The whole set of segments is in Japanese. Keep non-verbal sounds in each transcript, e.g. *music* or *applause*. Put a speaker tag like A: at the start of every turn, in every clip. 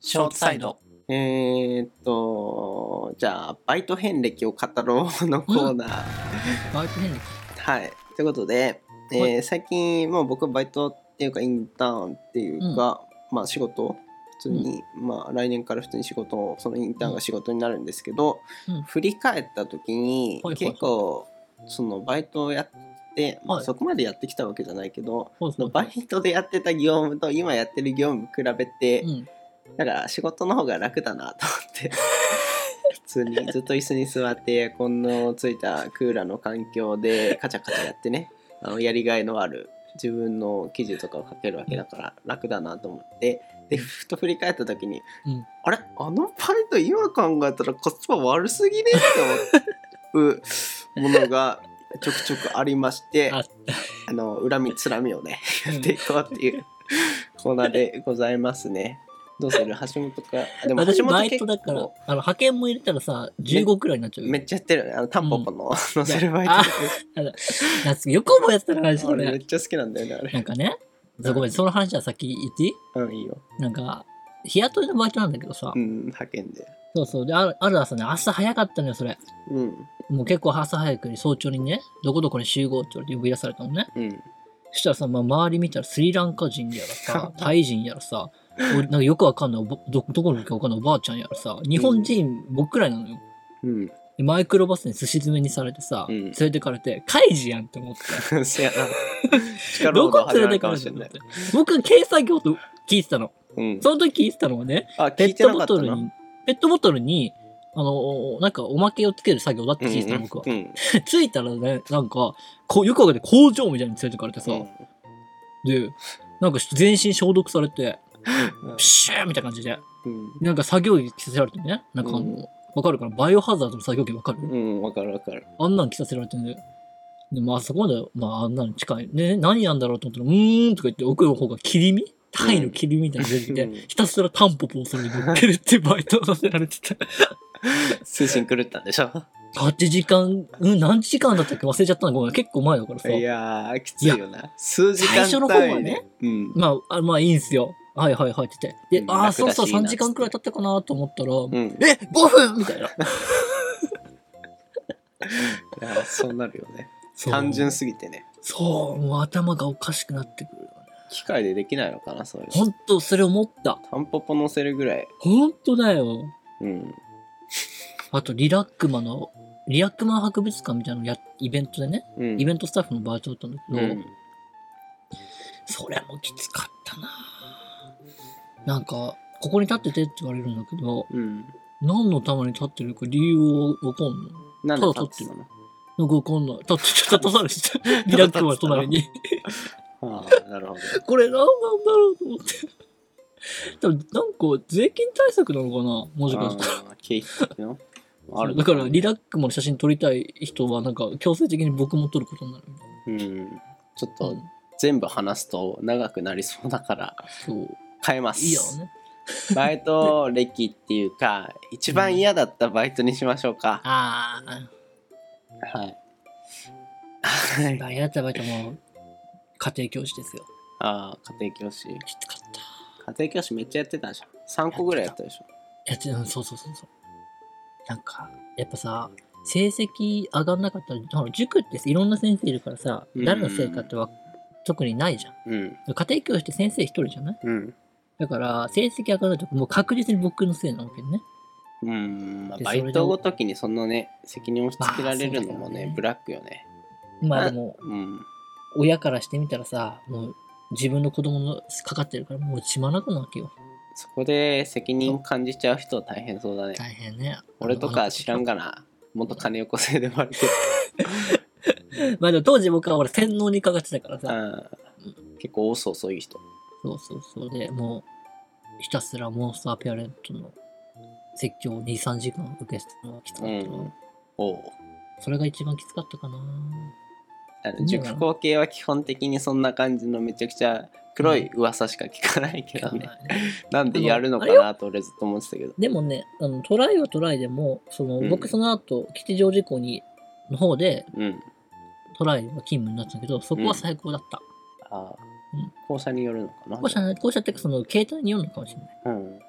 A: ショートサイド。
B: えーっと、じゃあ、バイト遍歴を語ろうのコーナー。
A: バイト遍歴。
B: はい。ということで、えー
A: は
B: 最近、まあ、僕はバイトっていうか、インターンっていうか、まあ、仕事、普通に、まあ、来年から普通に仕事を、そのインターンが仕事になるんですけど、
A: うん
B: 振り返った時に
A: はい、はい
B: 結構、そのバイトをやって、まあ、
A: はい
B: そこまでやってきたわけじゃないけど、
A: そう
B: そのバイトでやってた業務と今やってる業務比べて、
A: うん。
B: だから仕事の方が楽だなと思って普通にずっと椅子に座ってエアコンのついたクーラーの環境でカチャカチャやってねあのやりがいのある自分の記事とかを書けるわけだから楽だなと思ってでふと振り返った時に、
A: うん
B: あれあのパイト今考えたらコスパ悪すぎねって
A: *laughs*
B: 思うものがちょくちょくありまして
A: あ
B: あの恨みつらみをね
A: うん
B: やっていこうっていうコーナーでございますね。どうする橋本か。で
A: 私
B: 橋本
A: バイトだから、あ
B: 結構
A: の派遣も入れたらさ、15くらいになっちゃうよ。
B: めっちゃやってるよね。あのタンポポの乗せるバイト
A: あ。なんかよく覚えてた話だ
B: 俺め
A: ね。
B: っちゃ好きなんだよね、あ
A: な
B: れ
A: ん。かね、そうごめん、その話は先言っていい
B: うん、いいよ。
A: なんか、日雇いのバイトなんだけどさ
B: う、ん、派遣で。
A: そうそう、で、あるある朝ね、朝早かったのよ、それ。
B: うん、
A: もう結構朝早くに早朝にね、どこどこに集合って言われて呼び出されたのね。
B: うん。
A: そしたらさ、まあ、周り見たらスリランカ人や
B: *laughs*
A: らさ、タイ人やらさ、俺なんかよくわかんないおば、ど、どこのかわかんないおばあちゃんやらさ、日本人僕くらいなのよ。
B: うん。 *laughs*
A: でマイクロバスにすし詰めにされてさ、
B: うん
A: 連れてかれて、カイジやんって思って。
B: せや
A: *laughs*
B: な。力
A: ど
B: 労
A: こ
B: 働始
A: 連れ
B: まる
A: て
B: か
A: かれ
B: も
A: て
B: しれ
A: んの
B: な
A: っ
B: い
A: て。僕、計算業と聞いてたの。
B: うん。
A: その時聞いてたのはね、
B: あ、
A: ペ
B: 聞い
A: ッ
B: て
A: ト
B: なか
A: ボ
B: った
A: トル
B: な。
A: に、ペットボトルに、あの、なんかおまけをつける作業だって聞いてたの、僕は *laughs*
B: う。ん。
A: で着いたらね、なんか、こうよくわかんない工場みたいに連れてかれてさ、
B: うん
A: で、なんか全身消毒されて、
B: うん
A: ピシューみたいな感じで、
B: うん。
A: なんか作業着着させられてね、なんかあの、
B: うん
A: わかるかなバイオハザードの作業着わかる、
B: うん、わかるわかる。
A: あんなん着させられてね。で、まあそこまで、まああんなの近い。ね、何やんだろうと思ったら、うーんとか言って奥の方が切り身タイの切り身みたいなの出てきて、
B: うん
A: ひたすらタンポポをそれに乗っけるってバイトをさせられて
B: *laughs*
A: た。
B: 精神狂ったんでしょ
A: 8時間、うん、何時間だったっけ忘れちゃったのごめん。結構前だからさ。
B: いやー、きついよな。数時間単位で。
A: 最初の方はね。
B: うん。
A: まあ、あまあいいんすよ。はいはいはいって言
B: う
A: って。で、
B: ん
A: ああ、
B: 楽だし
A: そうそう、
B: いいなっ
A: 3
B: つって
A: 時間くらい経ったかなと思ったら、
B: うん。
A: え、5分みたいな。
B: いやーそうなるよね。単純すぎてね。
A: そう、もう頭がおかしくなってくるよね。
B: 機械でできないのかな、そういうの。
A: ほんと、それ思った。
B: タンポポ乗せるぐらい。
A: ほんとだよ。
B: うん。
A: あと、リラックマの、リラックマ博物館みたいなのやイベントでね、
B: うん、
A: イベントスタッフのバーチャルだったんだけど、
B: うん
A: それもきつかったななんか、ここに立っててって言われるんだけど、
B: うん。
A: 何のために立ってるか理由をわかん
B: な
A: ない。
B: ん
A: た
B: で立
A: だ撮
B: っ
A: って
B: て
A: る
B: たの
A: なんかわかんない。立って、ちょっと立たされ
B: *laughs*
A: てた。リラックマの隣に。
B: ああ、なるほど。
A: これ何なんだろうと思って。多分なんか税金対策なのかなもしかしたら。
B: あー経費的なある
A: だからリ
B: ラ
A: ラックマの写真撮りたい人はなんか強制的に僕も撮ることになるみたい
B: うん。ちょっ
A: な。
B: と全部話すと長くなりそうだから
A: そう。
B: 変えます。
A: いいよね。
B: バイト歴っていうか、一番嫌だったバイトにしましょうか。
A: ああ、
B: はい。はい。
A: バイヤーってバイトも家庭教師ですよ。
B: ああ、家庭教師。
A: きつかった。
B: 家庭教師めっちゃやってたじゃん。3個ぐらいやったでしょ。
A: いや、ちうんそうそうそうそう。なんか、やっぱさ、成績上がんなかったら、ほら塾っていろんな先生いるからさ、
B: うん
A: 誰のせいかっては特にないじゃん。
B: うん。
A: 家庭教師って先生一人じゃない
B: うん。
A: だから、成績上がると、もう確実に僕のせいなわけね。
B: うん、まあ、
A: で
B: バ
A: それ
B: イ
A: で
B: トごときにそのね、責任を押し付けられるのもね、
A: まあそうだよね
B: ブラックよね。
A: まあでも、
B: うん。
A: 親からしてみたらさ、もう自分の子供のかかってるから、もう血まなくなわけよ。
B: そこで責任を感じちゃう人は大変そうだね。
A: 大変ね。
B: 俺とか知らんがな。もっと金よこせでもあるけ
A: *laughs* まあでも当時僕は俺洗脳にかかってたから
B: ど。
A: さ、
B: うん結構多そう、そういう人。
A: そうそうそうで、もうひたすらモンスターペアレントの説教を2、3時間受けてたのがきつかった
B: う
A: な、
B: ん。おう
A: それが一番きつかったかな。
B: あの塾校系は基本的にそんな感じのめちゃくちゃ黒い噂しか聞かないけどね。なんでやるのかなと俺ずっと思ってたけど。
A: でもね、あのトライはトライでも、その、
B: うん
A: 僕その後、吉祥寺校に、の方で
B: うん。
A: トライは勤務になったんだけど、そこは最高だった。
B: ああ
A: うん。
B: 校舎によるのかな。
A: 校舎、校舎っていうかその、携帯によるのかもしれない。
B: うん。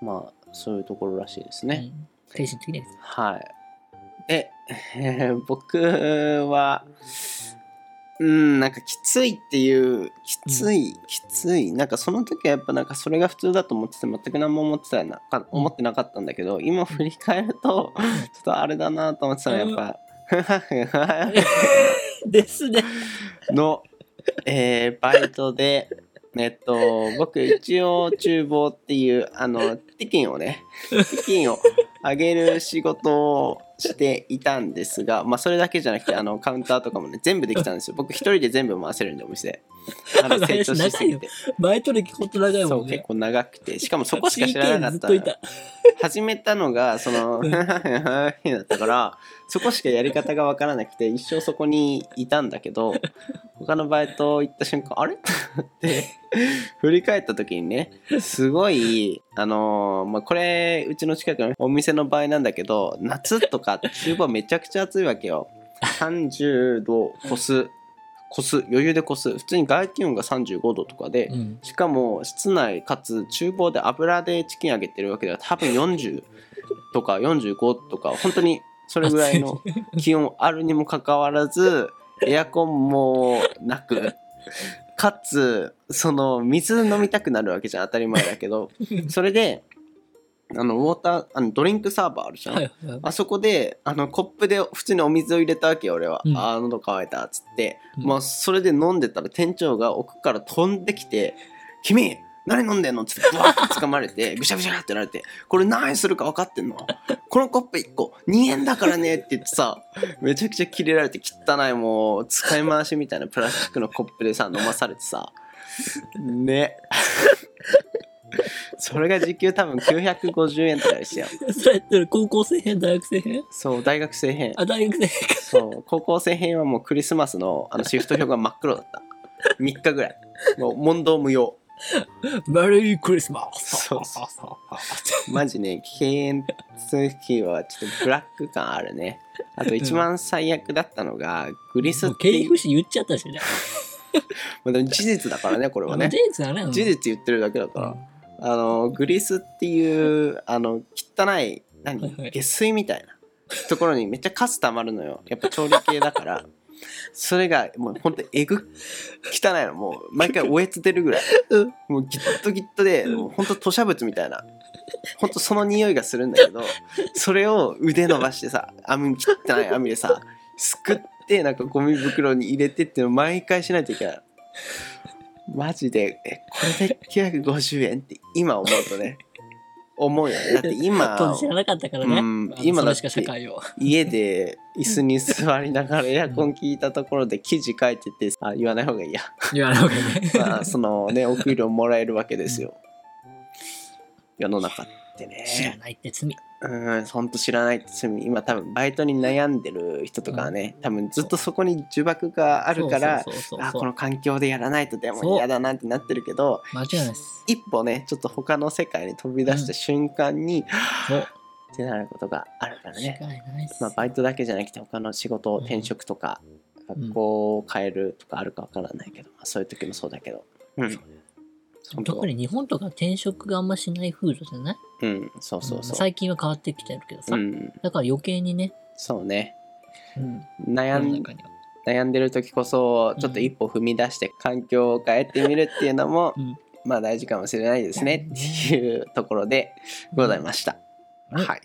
B: まあそういうところらしいですね。
A: うん精神
B: *laughs*
A: 的にです
B: はい。え、 *laughs* 僕は、うん、なんかきついっていう、きつい、きつい、なんかその時はやっぱなんかそれが普通だと思ってて、全く何も思ってたなか思ってなかったんだけど、今振り返ると、 *laughs* ちょっとあれだなと思ってたのはやっ *laughs* ぱ、ふはふは
A: *laughs* ですね。
B: の、えーバイトで、えっと、僕一応厨房っていうあのチキンをねチキンをあげる仕事をしていたんですが、まあ、それだけじゃなくてあのカウンターとかもね全部できたんですよ僕一人で全部回せるんでお店あの成長しすぎて
A: バイト歴ほんと長い
B: そ
A: も
B: うん結
A: ね。
B: 構長くてしかもそこしか知らなかっ
A: CK ず
B: た
A: といた。
B: 始めたのがその *laughs* だったからそこしかやり方が分からなくて一生そこにいたんだけど他のバイト行った瞬間あれ *laughs* って振り返った時にねすごいあのーまあ、これうちの近くのお店の場合なんだけど夏とか厨房めちゃくちゃ暑いわけよ30度越す越す余裕で越す普通に外気温が35度とかで、
A: うん。
B: しかも室内かつ厨房で油でチキン揚げてるわけでは多分40とか45とか本当にそれぐらいの気温あるにもかかわらずエアコンもなくかつその水飲みたくなるわけじゃん当たり前だけどそれであのウォーターあのドリンクサーバーあるじゃん、
A: はいはいはい。
B: あそこであのコップで普通にお水を入れたわけよ俺は、
A: うん
B: ああ喉乾いたっつって、
A: うん
B: まあそれで飲んでたら店長が奥から飛んできて「君何飲んでんの?」っつってブワーッて掴まれ
A: *laughs*
B: てぐしゃぐしゃってなれて「これ何するか分かってんのこのコップ1個2円だからね」って言ってさめちゃくちゃキレられて汚いもう使い回しみたいなプラスチックのコップでさ飲まされてさ
A: *laughs*
B: ねそれが時給多分950円とかでしたよ
A: それやってる高校生編、大学生編
B: そう大学生編
A: あ、大学生編か。
B: そう高校生編はもうクリスマスのあのシフト表が真っ黒だった3日ぐらいもう問答無用
A: メリークリスマス。
B: そうそうマジね敬遠する時はちょっとブラック感あるねあと一番最悪だったのがグリス
A: も
B: っ
A: う
B: て
A: 経
B: いう
A: 由し言っちゃったしね。
B: まあでも事実だからねこれは
A: まあ
B: ね
A: 事実だね。うん
B: 事実言ってるだけだから、あのグリスっていうあの汚い何、
A: はいはい
B: 下水みたいなところにめっちゃカス溜まるのよやっぱ調理系だからそれがもうほんとえぐ汚いのもう毎回おえつ出るぐらい、
A: うん
B: もうギットギットでもうほんと吐砂物みたいなほんとその匂いがするんだけどそれを腕伸ばしてさ網汚い網でさすくってなんかゴミ袋に入れてっていうのを毎回しないといけないマジでえこれで950円って今思うとね思うよねだって今
A: 当時知らなかったからね。
B: うん
A: あの
B: 今だっ
A: そ
B: て
A: れしか社会を。
B: 家で椅子に座りながらエアコン効いたところで記事書いててあ言わない方がいいや
A: 言わないわけね。
B: まあそのねお給料もらえるわけですよ世の中って
A: *laughs* 知ら
B: ね
A: ないって罪。
B: うんほんと知らないって罪今多分バイトに悩んでる人とかはね多分ずっとそこに呪縛があるから
A: そうそうそう
B: あ
A: そう
B: この環境でやらないとで
A: そう
B: も嫌だなってなってるけど
A: 間違いないです。
B: 一歩ねちょっと他の世界に飛び出した瞬間に、
A: そう。
B: ってなることがあるから
A: 間違
B: ね
A: い、ないっす。
B: まあ、バイトだけじゃなくて他の仕事
A: うん
B: 転職とか
A: ん
B: 学校を変えるとかあるかわからないけど、まあ、そういう時もそうだけど、うん、本当
A: 特に日本とか転職があんましない風土じゃない
B: うんそうそう
A: うん
B: そう、
A: 最近は変わってきてるけど
B: う
A: さ。
B: ん、
A: だから余計にね、
B: そうね
A: うん、
B: 悩
A: 世の
B: ん
A: 中には。
B: 悩んでる時こそちょっと一歩踏み出して環境を変えてみるっていうのも、
A: うん
B: まあ大事かもしれないですねっていうところでございました、
A: うん
B: はい